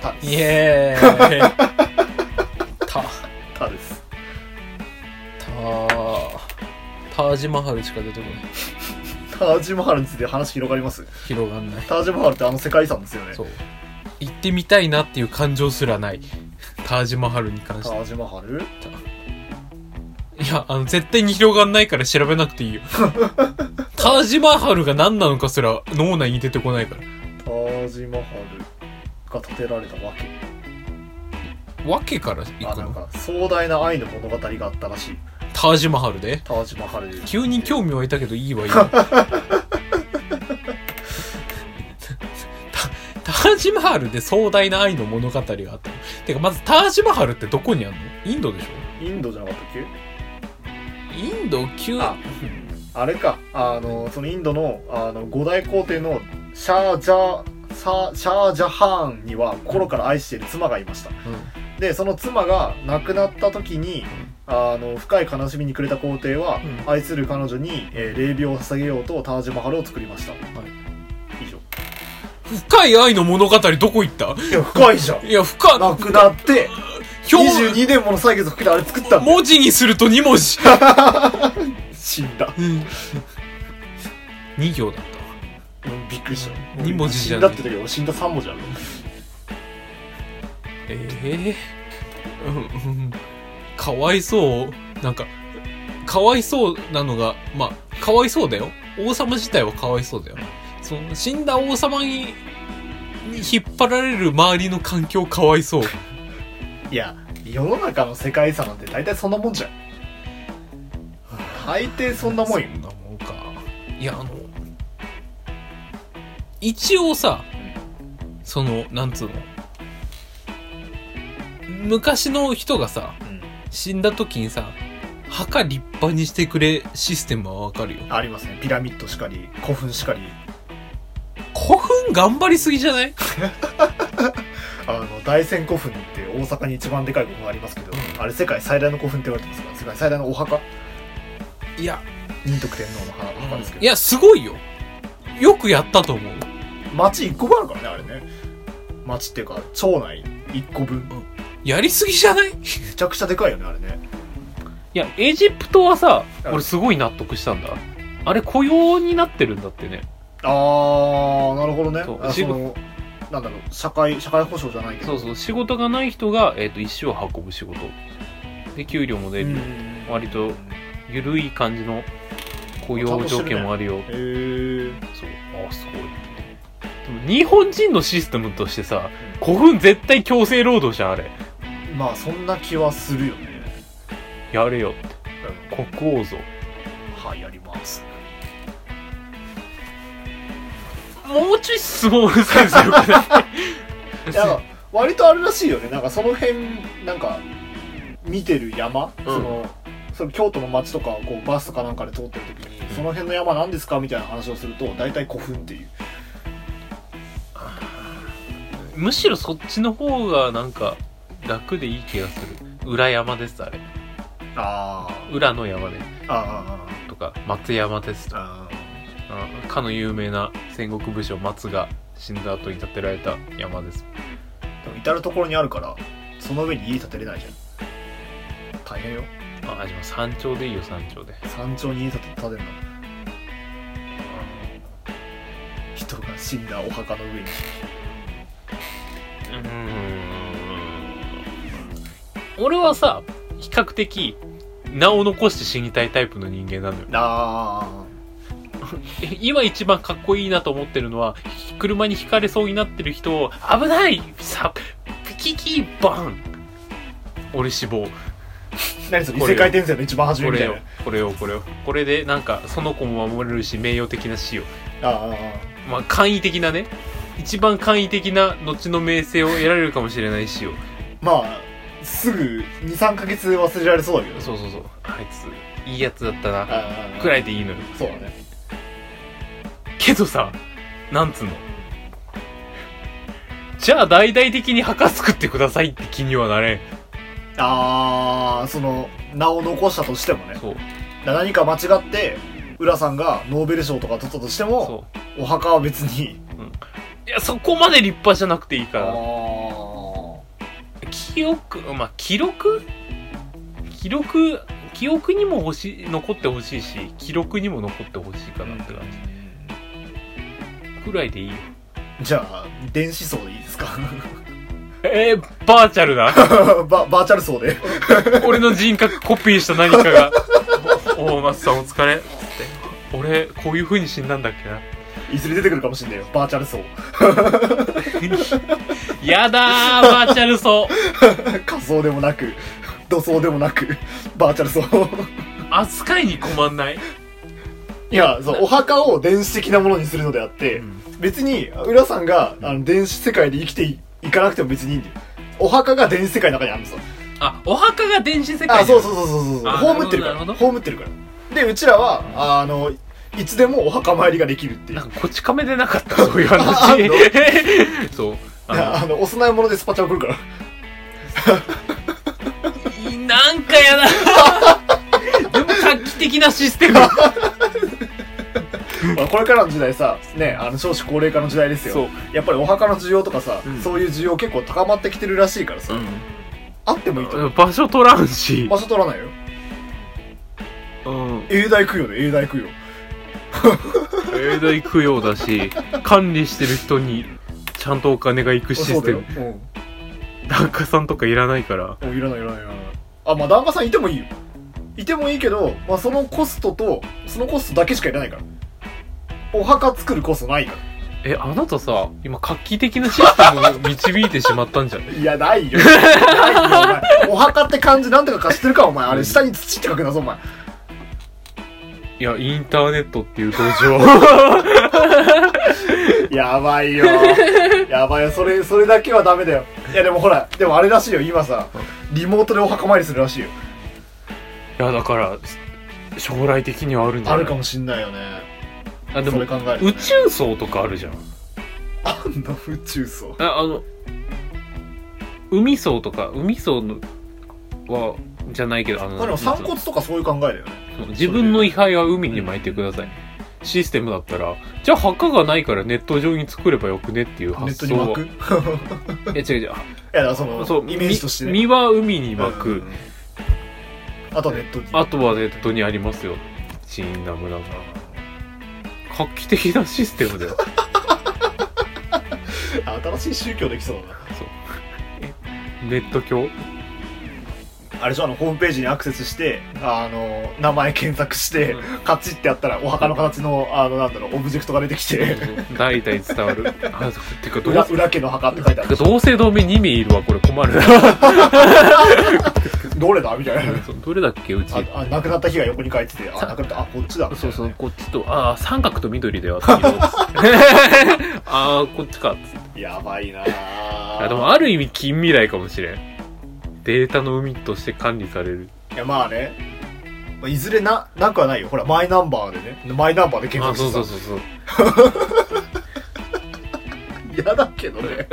S2: た
S1: イエー イた
S2: たです
S1: たタージマハルしか出てこない
S2: タージマハルについて話広がります
S1: 広がんない
S2: タージマハルってあの世界遺産ですよね
S1: そう行ってみたいなっていう感情すらないタージマハルに関
S2: タ
S1: して
S2: ージマハル
S1: いやあの絶対に広がんないから調べなくて いいよタージマハルが何なのかすら脳内に出てこないか
S2: タージマハルが建てられたわけ
S1: らわけから行
S2: あ
S1: く
S2: なん
S1: の
S2: か壮大な愛の物語があったらしい
S1: タージマハルで
S2: タージマハル
S1: 急に興味湧いたけどいいわい いわたタージマハルで壮大な愛の物語があったてかまずタージマハルってどこにあるのインドでしょ
S2: インドじゃなかったっけ
S1: インド急
S2: ああれかあのそのインドのあの五大皇帝のシャージャーサシャージャハーンには心から愛している妻がいました
S1: う
S2: でその妻が亡くなった時にあの深い悲しみに暮れた皇帝は、
S1: う
S2: 愛する彼女に、えー霊廟を捧げようとタージマハルを作りました、以上
S1: ん深い愛の物語どこ行った
S2: いや深いじゃん
S1: いや深
S2: 亡くなって
S1: 表
S2: 22年もの歳月をかけてあれ作ったんだよ
S1: 文字にすると2文字
S2: 死んだ
S1: 2行だったわ
S2: うんびっくりした
S1: 二文字じゃ
S2: 死んだ
S1: ない
S2: って言ったけど死んだ3文字ある
S1: ええうんうんかわいそうなんかかわいそうなのがまあかわいそうだよ王様自体はかわいそうだよその死んだ王様にに引っ張られる周りの環境かわいそう
S2: いや世の中の世界遺産なんて大体そんなもんじゃん大抵そんなもんよ
S1: そんなもんかいやあの一応さそのなんつうの昔の人がさ
S2: うん
S1: 死んだ時にさ墓立派にしてくれシステムはわかるよ
S2: ありますねピラミッドしかり古墳しかり
S1: 古墳頑張りすぎじゃない
S2: あの大仙古墳って大阪に一番でかい古墳ありますけどあれ世界最大の古墳って言われてますから世界最大のお墓
S1: いや
S2: 仁徳天皇の墓墓ですけ
S1: い
S2: ど
S1: やすごいよよくやったと思う
S2: 町1個分あるからねあれね町っていうか町内1個分
S1: やりすぎじゃない
S2: めちゃくちゃでかいよねあれね
S5: いや、エジプトはさ、
S2: うん
S5: 俺すごい納得したんだ。あれ雇用になってるんだってね。
S2: ああなるほどね
S5: そう
S2: あそのなんだろう社会社会保障じゃないけど
S5: そうそう、仕事がない人が、えっ、と、石を運ぶ仕事。で、給料も出る。
S2: うん
S5: 割とゆるい感じの雇用条件もあるよ。
S2: へー
S5: そう。ああ、すごい。でも日本人のシステムとしてさ、古墳絶対強制労働じゃん、あれ。
S2: まあそんな気はするよね
S5: やれよ。国王像。
S2: はいやります
S5: もうちょいスモールサイズよく ない
S2: いや割とあるらしいよねなんかその辺なんか見てる山、そのその京都の街とかをこうバスとかなんかで通ってる時に、その辺の山何ですかみたいな話をすると大体古墳っていう
S5: むしろそっちの方がなんか楽でいい気がする裏山ですあれ
S2: あ
S5: 裏の山ね
S2: ああ
S5: とか松山ですとか
S2: あ
S5: うんかの有名な戦国武将松が死んだ後に建てられた山です
S2: でも至る所にあるからその上に家建てれないじゃん大変よ
S5: ああでも山頂でいいよ山頂で
S2: 山頂に家建て建てるの死んだお墓の上に
S1: うーん俺はさ比較的名を残して死にたいタイプの人間なのよ
S2: あ
S1: 今一番かっこいいなと思ってるのは車にひかれそうになってる人を危ないさピキキバン俺死亡
S2: あ何それ異
S1: これ
S2: 世界転生の一番初め
S1: こ
S2: みた
S1: れ
S2: いな
S1: よこれよこれよこれでなんかその子も守れるし名誉的な死を
S2: あ
S1: まあ簡易的なね一番簡易的な後の名声を得られるかもしれないしよ
S2: あまあすぐ23か月忘れられそうだけど
S1: そうそうそうあいついいやつだったな
S2: ああ
S1: くらいでいいのよ
S2: そうだね
S1: けどさなんつうのじゃあ大々的に墓作ってくださいって気にはなれん
S2: ああその名を残したとしてもね
S1: そう
S2: 何か間違って浦さんがノーベル賞とか取ったとしても
S1: そ
S2: お墓は別
S1: う
S2: に
S1: いやそこまで立派じゃなくていいか
S2: あ
S1: ら記憶まあ記録記録記憶にも欲しい残ってほしいし記録にも残ってほしいかなって感じくらいでいいよ
S2: じゃあ電子層でいいですか
S1: えー、バーチャルな
S2: ババーチャル層で
S1: 俺の人格コピーした何か が「おお松さんお疲れ」つって「俺こういう風に死んだんだっけな」
S2: いずれ出てくるかもしれないよバーチャル層
S1: やだーバーチャル層
S2: 仮想でもなく土層でもなくバーチャル層
S1: 扱いに困んない、
S2: いやそうお墓を電子的なものにするのであって、別に浦さんがあの電子世界で生きていいかなくても別にいいんだよお墓が電子世界の中にあるんですよ
S1: あお墓が電子世界
S2: あそう
S1: う
S2: そうそうそうそう
S1: あ
S2: 葬ってるか
S1: なるほ
S2: ら
S1: ど
S2: 葬ってるからでうちらは、あのいつでもお墓参りができるっていう
S1: なんかこち亀でなかったそういう
S2: ああん
S1: 話
S2: の
S1: そうあ
S2: あのお供え物でスパチャ送るから
S1: のいなんかやだでも画期的なシステム
S2: まあこれからの時代さねあの少子高齢化の時代です
S1: そ
S2: よ
S1: う、
S2: やっぱりお墓の需要とかさ、
S1: うん
S2: そういう需要結構高まってきてるらしいからさ、あってもいいと思う
S1: 場所取らんし、
S2: 場所取らないよ
S1: うん、
S2: 永代供養で永代供養
S1: 永代供養だし管理してる人にちゃんとお金が行くシ
S2: そう
S1: ステ
S2: だよ
S1: ム檀家さんとかいらないから
S2: うんもういらないいらないいらないあまあ檀家さんいてもいいよいてもいいけど、まあ、そのコストとそのコストだけしかいらないからお墓作るコストないか
S1: えあなたさ今画期的なシステムを導いてしまったんじゃない
S2: らいやないよ ないよお前お墓って漢字なんとか貸してるかお前あれ下に土って書くなぞお前
S1: いや、インターネットっていう土壌。
S2: やばいよ。やばいよ。それ、それだけはダメだよ。いや、でもほら、でもあれらしいよ。今さ、リモートでお墓参りするらしいよ。
S1: いや、だから、将来的にはあるんじゃ
S2: あ
S1: ない
S2: るかもしんないよね。
S1: あ、で
S2: そ
S1: も
S2: れ、考えるとね、
S1: 宇宙層とかあるじゃん。
S2: あんの宇宙層。
S1: あ、あの、海層とか、海層の、は、じゃないけど、あの、
S2: まあでも散骨とかそういう考えだよね。
S1: その自分の位牌は海に巻いてください。システムだったら、じゃあ墓がないからネット上に作ればよくねっていう
S2: ネット
S1: 発
S2: に
S1: 想
S2: 巻
S1: は
S2: く。。い
S1: え、違う違う
S2: や、だからそ
S1: あ。
S2: の、
S1: そう、
S2: イメージとしてね。
S1: 身身は海に巻
S2: う
S1: く
S2: ん。あとはネットに。
S1: あとはネットにありますよ。チーンダムだから。画期的なシステムだよ。
S2: 新しい宗教できそうだな。
S1: ネット教
S2: あれでしょ、あの、ホームページにアクセスして、あの、名前検索して、カチってやったら、お墓の形の、あの、なんだろう、オブジェクトが出てきて、
S1: 代々伝わる。あ、てかど
S2: 裏、
S1: う
S2: 裏家の墓って書いてある。
S1: 同姓同名2名いるわ、これ困るな。
S2: どれだみたいな。
S1: どれだっけ、うち。
S2: あ、あ亡くなった日が横に書いてて、あ、
S1: さ
S2: 亡くなった、あ、こっちだ。
S1: そうそう、こっちと、ああ、三角と緑だよ、あ あー、こっちか。
S2: やばいなぁ
S1: あでも、ある意味近未来かもしれん。データの海として管理される。
S2: いや、まあね。まあいずれな、なくはないよ。ほら、マイナンバーでね。マイナンバーで検
S1: あ
S2: 索して
S1: そ
S2: さ
S1: うそうそうそう。
S2: 嫌だけ どね。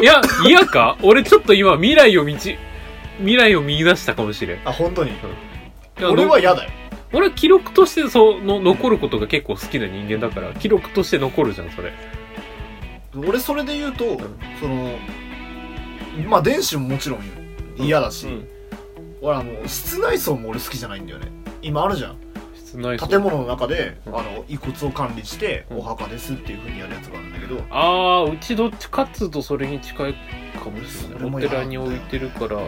S1: いや、嫌か俺ちょっと今、未来を見ち、未来を見出したかもしれん。い
S2: あ、本当に。
S1: や
S2: 俺は嫌だよ。
S1: 俺は記録としてその残ることが結構好きな人間だから記録として残るじゃんそれ
S2: 俺、それで言うと、その、まあ、電子ももちろん嫌だし、
S1: うん
S2: 俺、あの、室内装も俺好きじゃないんだよね。今あるじゃん。
S1: ないそう
S2: 建物の中で、
S1: うん
S2: あの遺骨を管理して、
S1: うん
S2: お墓ですっていうふうにやるやつがあるんだけど、
S1: ああうちどっちかっつうとそれに近いかもしれ
S2: そ
S1: な
S2: れ
S1: いお
S2: もやだ
S1: 寺に置いてるから
S2: い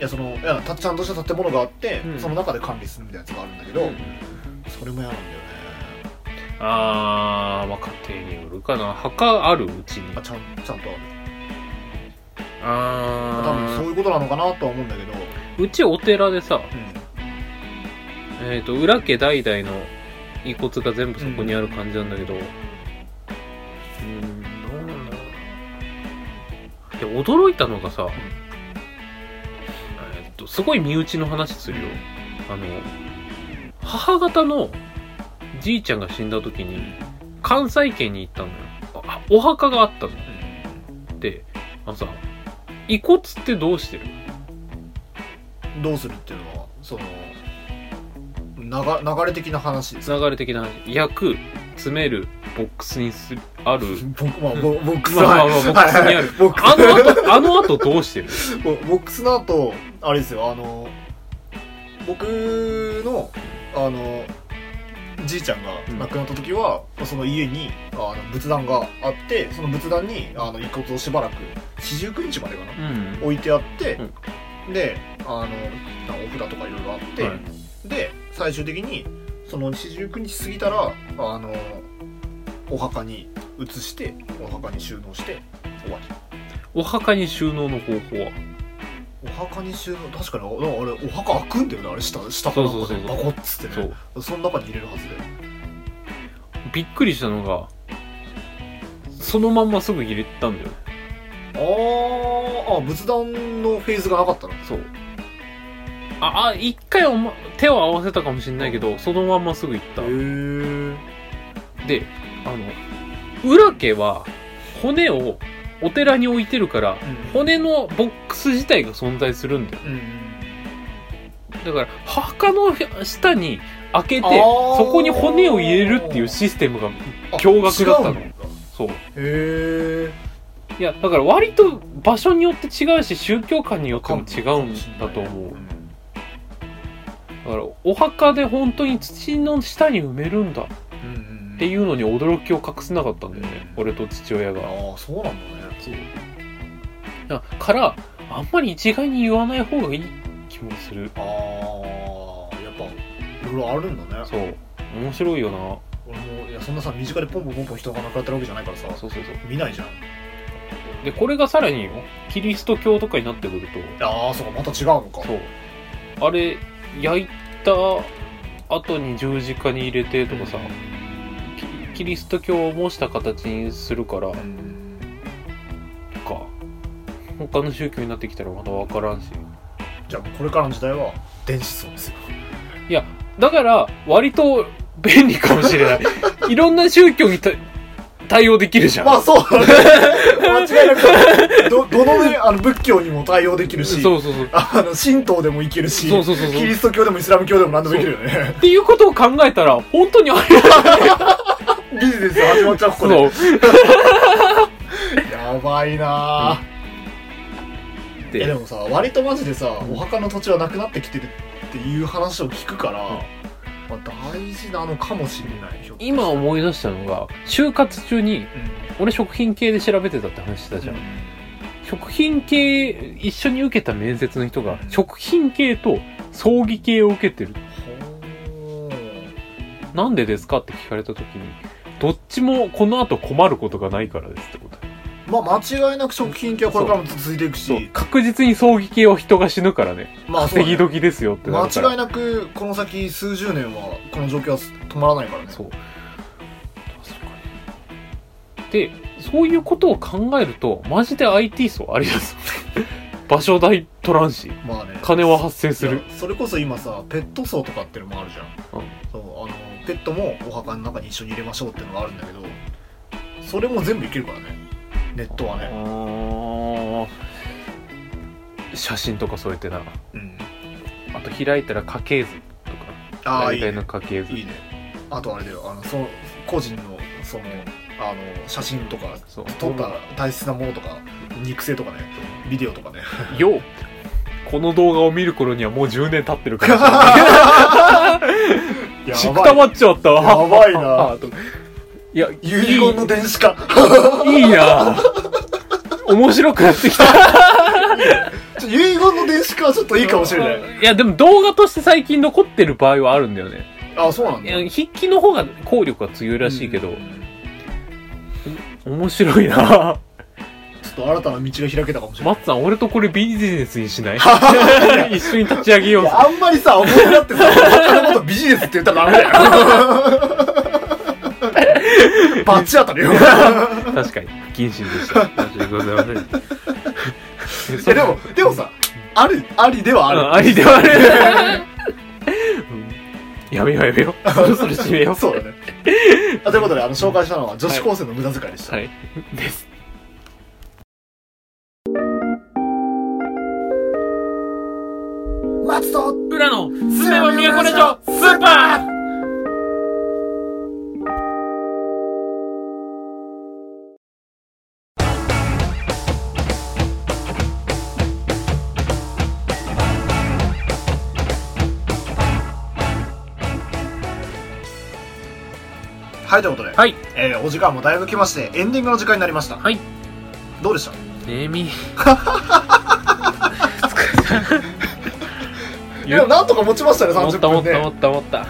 S2: やそのいやたちゃんとした建物があって、
S1: うん
S2: その中で管理するみたいなやつがあるんだけど、
S1: うん
S2: それも嫌なんだよね
S1: ああまあ家庭によるかな墓あるうちに
S2: あちゃんちゃんとある
S1: あ
S2: 多分
S1: あ
S2: そういうことなのかなとは思うんだけど、
S1: うちお寺でさえっ、と裏家代々の遺骨が全部そこにある感じなんだけどうーんどうなんだろうで驚いたのがさ、えっとすごい身内の話するよあの母方のじいちゃんが死んだ時に関西圏に行ったのよあお墓があったのであのさ遺骨ってどうしてる
S2: どうするっていうのはその流流れ的な話です
S1: つながり的な話焼く詰めるボックスにするある
S2: 僕まあボボックス
S1: まあまあまあボックスにある
S2: ボックス
S1: あの後、あの後どうしてる
S2: ボ ボックスの後あれですよあの僕のあのじいちゃんが亡くなった時は、その家にあの仏壇があってその仏壇にあの遺骨をしばらく四十九日までかな
S1: うん。
S2: 置いてあって、であのお札とかいろいろあって、
S1: はい
S2: で最終的にその四十九日過ぎたらあのお墓に移してお墓に収納して終わり
S1: お墓に収納の方法は
S2: お墓に収納確かにああれお墓開くんだよねあれ下下か
S1: そう
S2: な
S1: んそう
S2: か
S1: そう
S2: でバコッつって
S1: そ
S2: ね
S1: う。
S2: その中に入れるはずだよ
S1: びっくりしたのが、そのまんますぐ入れたんだよね。
S2: あーあ仏壇のフェーズがなかったの
S1: そう。あ、あ、一回おま、手を合わせたかもしれないけど、そのまんますぐ行った。
S2: え
S1: で、あの、裏家は、骨をお寺に置いてるから、骨のボックス自体が存在するんだよ。
S2: うん
S1: だから、墓の下に開けて、
S2: あー
S1: そこに骨を入れるっていうシステムが、
S2: あ
S1: 驚愕だったの
S2: 違うんだ
S1: そう。
S2: へえ
S1: いやだから割と場所によって違うし宗教観によっても違うんだと思うだからお墓で本当に土の下に埋めるんだっ
S2: うんうん
S1: ていうのに驚きを隠せなかったんだよね
S2: うん
S1: 俺と父親が
S2: ああそうなんだね
S1: そうだからあんまり一概に言わない方がいい気もする
S2: ああやっぱいろいろあるんだね
S1: そう面白いよな
S2: 俺もいやそんなさ身近でポンポンポンポン人が亡くなってるわけじゃないからさ
S1: そうそうそう
S2: 見ないじゃん
S1: でこれがさらによキリスト教とかになってくる
S2: ああそうかまた違うのか
S1: とそうあれ焼いた後に十字架に入れてとかさ、キキリスト教を模した形にするから
S2: うん
S1: か他の宗教になってきたらまた分からんし
S2: じゃあもうこれからの時代は電子層ですよ
S1: だから割と便利かもしれ ないいろんな宗教にた対応できるじゃん、
S2: まあそうだね間違い なくどどのねあの仏教にも対応できるし
S1: そうそうそう
S2: あの神道でもいけるし
S1: そうそうそうそう
S2: キリスト教でもイスラム教でも何でもいけるよね
S1: っていうことを考えたら本当にありがと
S2: ビジネス始まっちゃうここ
S1: う
S2: で
S1: の
S2: やばいなぁ
S1: っ
S2: いやで
S1: て
S2: もさ割とマジでさお墓の土地はなくなってきてるっていう話を聞くから、まあ、大事なのかもしれないよ
S1: 今思い出したのが就活中に
S2: うん
S1: 俺食品系で調べてたって話してたじゃん、食品系一緒に受けた面接の人が食品系と葬儀系を受けてる
S2: ほー
S1: なんでですかって聞かれた時に、どっちもこの後困ることがないからですってこと。
S2: まあ間違いなく食品系はこれからも続いていく
S1: そう
S2: し
S1: 確実に葬儀系は人が死ぬからね、
S2: まあそう
S1: 稼
S2: だ
S1: ぎ時
S2: ね
S1: ですよってなるから。
S2: 間違いなくこの先数十年はこの状況は止まらないからね
S1: そう。確かに。で、そういうことを考えると、マジで IT 層ありです。場所代取らんし、
S2: まあね
S1: 金は発生する
S2: い。やそれこそ今さペット葬とかっていうのもあるじゃん、
S1: うん
S2: そうあのペットもお墓の中に一緒に入れましょうっていうのがあるんだけどそれも全部いけるからねネットは
S1: あ
S2: ね
S1: ー写真とか添えてな。
S2: うん
S1: あと開いたら家系図とか。
S2: ああい
S1: 大
S2: い
S1: 体の
S2: ね
S1: 家系図。
S2: いいねあとあれだよあのその個人のそのあの写真とか
S1: そう
S2: 撮った大切なものとか肉声とかねビデオとかね
S1: よこの動画を見る頃にはもう10年経ってるから
S2: や
S1: ちくたま
S2: ばい
S1: っちゃったわ。
S2: や ばいな
S1: いや、
S2: 遺言の電子化
S1: いいな面白くなってきた。
S2: ちょ遺言の電子化はちょっといいかもしれない
S1: いや、でも動画として最近残ってる場合はあるんだよね。
S2: あそうなん
S1: い
S2: だ
S1: や筆記の方が効力が強いらしいけど、面白いな
S2: ちょっと新たな道が開けたかもしれない
S1: マッツさん、俺とこれビジネスに しない 一緒に立ち上げよ。
S2: いうやあんまりさ思い立ってさ他のことビジネスって言ったらダ メだよバッチ当たるよ
S1: 確かに、不謹慎で した。ありがとうございます。
S2: えでもでもさありありでは
S1: うん、
S2: あ
S1: ありで悪い。うんやめようやめよう。そろそろ締めよ
S2: る
S1: う。
S2: そうだねあということであの紹介したのは女子高生の無駄遣いでした、
S1: はい。です。
S3: 松と
S6: 裏の
S3: スネマ都ラジオ
S6: スーパー
S2: はいということで、
S1: はい
S2: えーお時間もだいぶ来ましてエンディングの時間になりました
S1: はい
S2: どうでした
S1: 眠い。
S2: いやなんとか持ちましたね
S1: 持っ
S2: 30
S1: た持
S2: 分
S1: っ
S2: で
S1: た持った持った。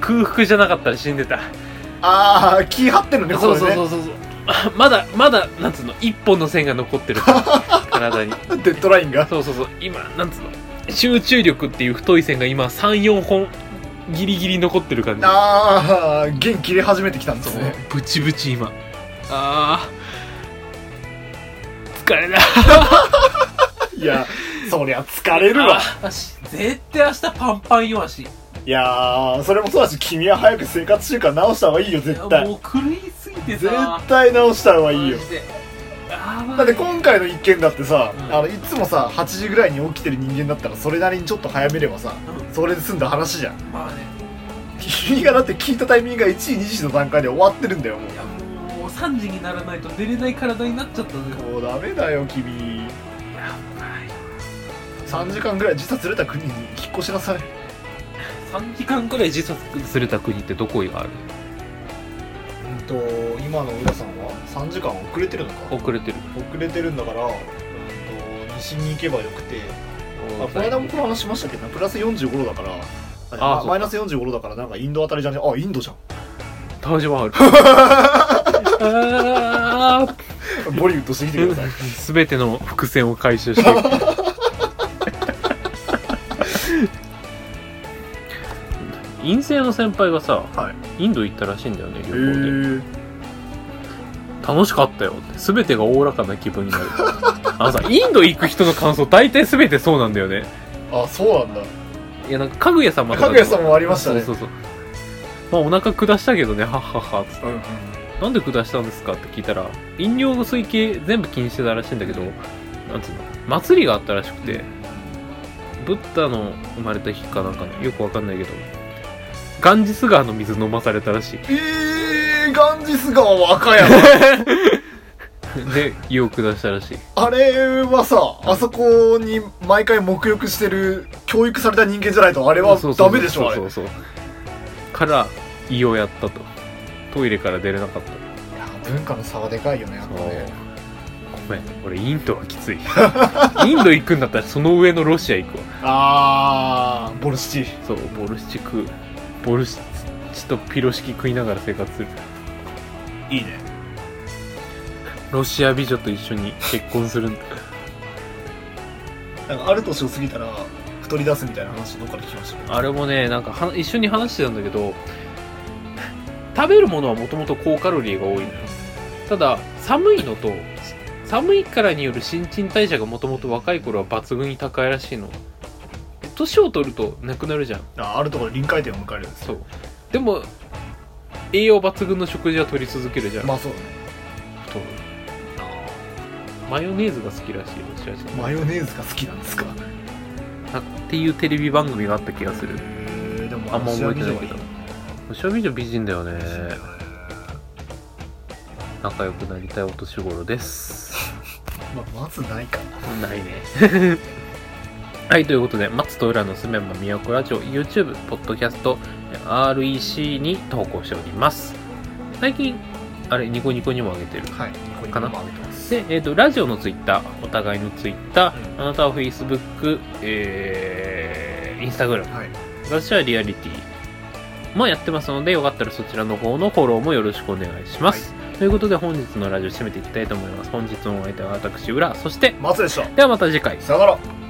S1: 空腹じゃなかったら死んでた。
S2: ああ気張ってるねこ
S1: そ
S2: れ
S1: う
S2: ね
S1: そうそうそうそう。あまだまだなんつうの一本の線が残ってるから体に
S2: デッドラインが
S1: そうそうそう今なんつうの集中力っていう太い線が今34本ギリギリ残ってる感じ
S2: ああ元気れ始めてきたんです
S1: そう
S2: ね
S1: ブチブチ今あー疲れだ
S2: いやそりゃ疲れるわ
S6: あし絶対明日パンパンよ足
S2: いやーそれもそうだし君は早く生活習慣直した方がいいよ絶対
S6: もう狂いすぎて
S2: 絶
S6: さ
S2: 対直した方がいいよ
S6: マジでやばい
S2: だって今回の一件だってさ、
S6: うん
S2: あのいつもさ8時ぐらいに起きてる人間だったらそれなりにちょっと早めればさ
S6: う
S2: それで済んだ話じゃん
S6: まあね
S2: 君がだって聞いたタイミングが1時2時の段階で終わってるんだよも
S6: いやもう3時にならないと寝れない体になっちゃったのよ
S2: うもうダメだよ君3時間ぐらい時差ずれた国に引っ越しなさい
S1: 3時間くらい時差すれた国ってどこがある
S2: うんと今の浦さんは3時間遅れてるのか
S1: 遅れてる
S2: 遅れてるんだから、うん、と西に行けばよくてあこの間もこの話しましたけどプラス45度だから
S1: あ
S2: あ
S1: そう
S2: マイナス45度だからなんかインドあたりじゃねあインドじゃん
S1: タージ マハルあー
S2: ボリウッドしてきてください
S1: すべての伏線を回収していく陰性の先輩がさ、
S2: は
S1: インド行ったらしいんだよね
S2: へ
S1: 旅行で
S2: ー
S1: 楽しかったよって全てがおおらかな気分になる あのさインド行く人の感想大体全てそうなんだよね
S2: あそうなんだ
S1: いやなんかかぐや様とか
S2: かぐやさんもありましたね
S1: そうそうそうまあお腹下したけどねはっはっはっつって
S2: うんうん
S1: なんで下したんですかって聞いたら飲料の水系全部禁止してたらしいんだけどなんつうの祭りがあったらしくてブッダの生まれた日かなんかねよくわかんないけどガンジス川の水飲まされた らしい
S2: えー、ガンジス川は赤山
S1: で胃を下したらしい
S2: あれはさあそこに毎回沐浴してる教育された人間じゃないとあれは
S1: そうそうそう
S2: ダメでしょあれ
S1: そうそうそうから胃をやったとトイレから出れなかった
S2: いや文化の差はでかいよねやっぱね
S1: ごめん俺インドはきついインド行くんだったらその上のロシア行くわ
S2: あーボルシチ
S1: そうボルシチ食うボルシチとピロシキ食いながら生活する
S2: いいね
S1: ロシア美女と一緒に結婚するんだ
S2: なんかある年を過ぎたら太り出すみたいな話どっから聞きましたけど
S1: あれもねなんかは一緒に話してたんだけど食べるものはもともと高カロリーが多いのよただ寒いのと寒いからによる新陳代謝がもともと若い頃は抜群に高いらしいの年を取るとなくなるじゃん
S2: ああるところで臨界点を迎えるんです
S1: そうでも栄養抜群の食事は取り続けるじゃん、
S2: まあそうだね
S1: 太るマヨネーズが好きらしいロシア人
S2: マヨネーズが好きなんですか
S1: なっていうテレビ番組があった気がする
S2: へーでも
S1: あんま覚えてないけどロシア美女美人だよね仲良くなりたいお年頃です
S2: まあまずないか
S1: ないね はい、ということで、松と浦のすめば都ラジオ、YouTube、ポッドキャスト、REC に投稿しております。最近、あれ、ニコニコにもあげてる。
S2: はいニコニコ
S1: かな
S2: も上げてます
S1: で、えっ、と、ラジオのツイッター、お互いのツイッター、あなたは Facebook、えー、Instagram、
S2: はい
S1: 私はリアリティもやってますので、よかったらそちらの方のフォローもよろしくお願いします。ということで、本日のラジオ締めていきたいと思います。本日のお相手は私、浦、そして、
S2: 松でした
S1: ではまた次回。
S2: さよなら